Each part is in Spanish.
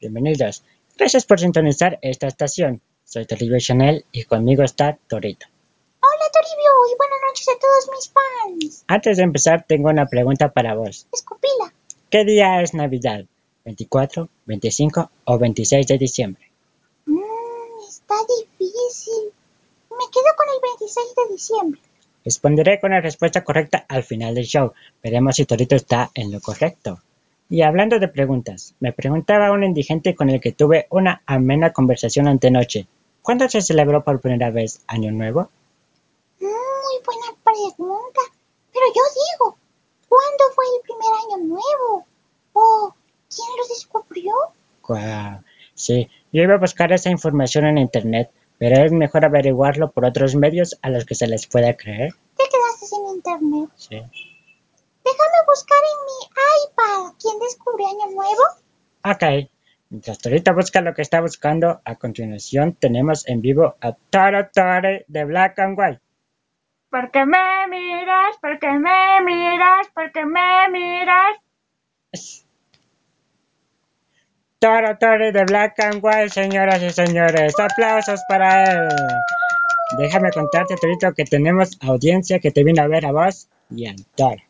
Bienvenidos. Gracias por sintonizar esta estación. Soy Toribio Chanel y conmigo está Torito. Hola Toribio y buenas noches a todos mis fans. Antes de empezar, tengo una pregunta para vos. Escupila. ¿Qué día es Navidad? ¿24, 25 o 26 de diciembre? Mm, está difícil. Me quedo con el 26 de diciembre. Responderé con la respuesta correcta al final del show. Veremos si Torito está en lo correcto. Y hablando de preguntas, me preguntaba un indigente con el que tuve una amena conversación antenoche. ¿Cuándo se celebró por primera vez Año Nuevo? Muy buena pregunta. Pero yo digo, ¿cuándo fue el primer año nuevo? ¿O quién lo descubrió? Guau, Sí, yo iba a buscar esa información en internet, pero es mejor averiguarlo por otros medios a los que se les pueda creer. Te quedaste sin internet. Sí. Déjame buscar en mi iPad quién descubrió año nuevo. Ok. Mientras Torito busca lo que está buscando, a continuación tenemos en vivo a Toro Tore de Black and White. Porque me miras, porque me miras, porque me miras. Toro Tore de Black and White, señoras y señores. Aplausos para él. Déjame contarte, Torito, que tenemos audiencia que te vino a ver a vos y a Toro.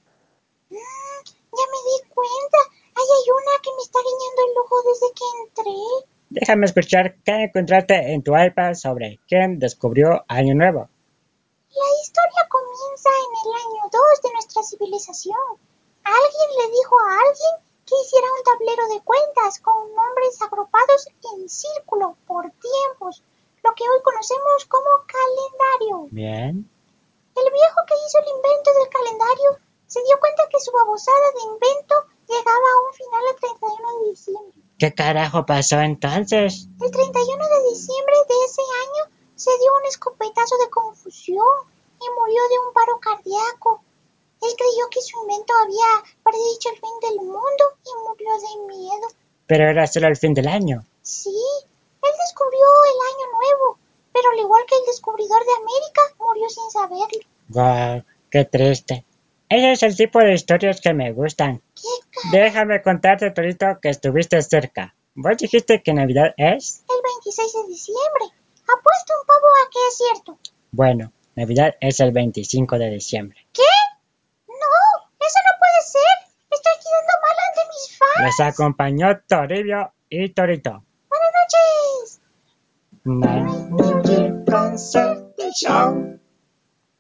Mm, ya me di cuenta. Ahí hay una que me está guiñando el ojo desde que entré. Déjame escuchar qué encontraste en tu iPad sobre quién descubrió Año Nuevo. La historia comienza en el año 2 de nuestra civilización. Alguien le dijo a alguien que hiciera un tablero de cuentas con nombres agrupados en círculo por tiempos, lo que hoy conocemos como calendario. Bien. El viejo que hizo el invento del calendario se dio cuenta que su babosada de invento llegaba a un final el 31 de diciembre. ¿Qué carajo pasó entonces? El 31 de diciembre de ese año se dio un escopetazo de confusión y murió de un paro cardíaco. Él creyó que su invento había predicho el fin del mundo y murió de miedo. Pero era solo el fin del año. Sí, él descubrió el año nuevo, pero al igual que el descubridor de América, murió sin saberlo. Guau, qué triste. Ese es el tipo de historias que me gustan. ¡Qué ca- Déjame contarte, Torito, que estuviste cerca. Vos dijiste que Navidad es. El 26 de diciembre. Apuesto un pavo a que es cierto. Bueno, Navidad es el 25 de diciembre. ¿Qué? No, eso no puede ser. Estoy quedando mal ante mis fans. Les acompañó Toribio y Torito. Buenas noches. Bye. Concert Show.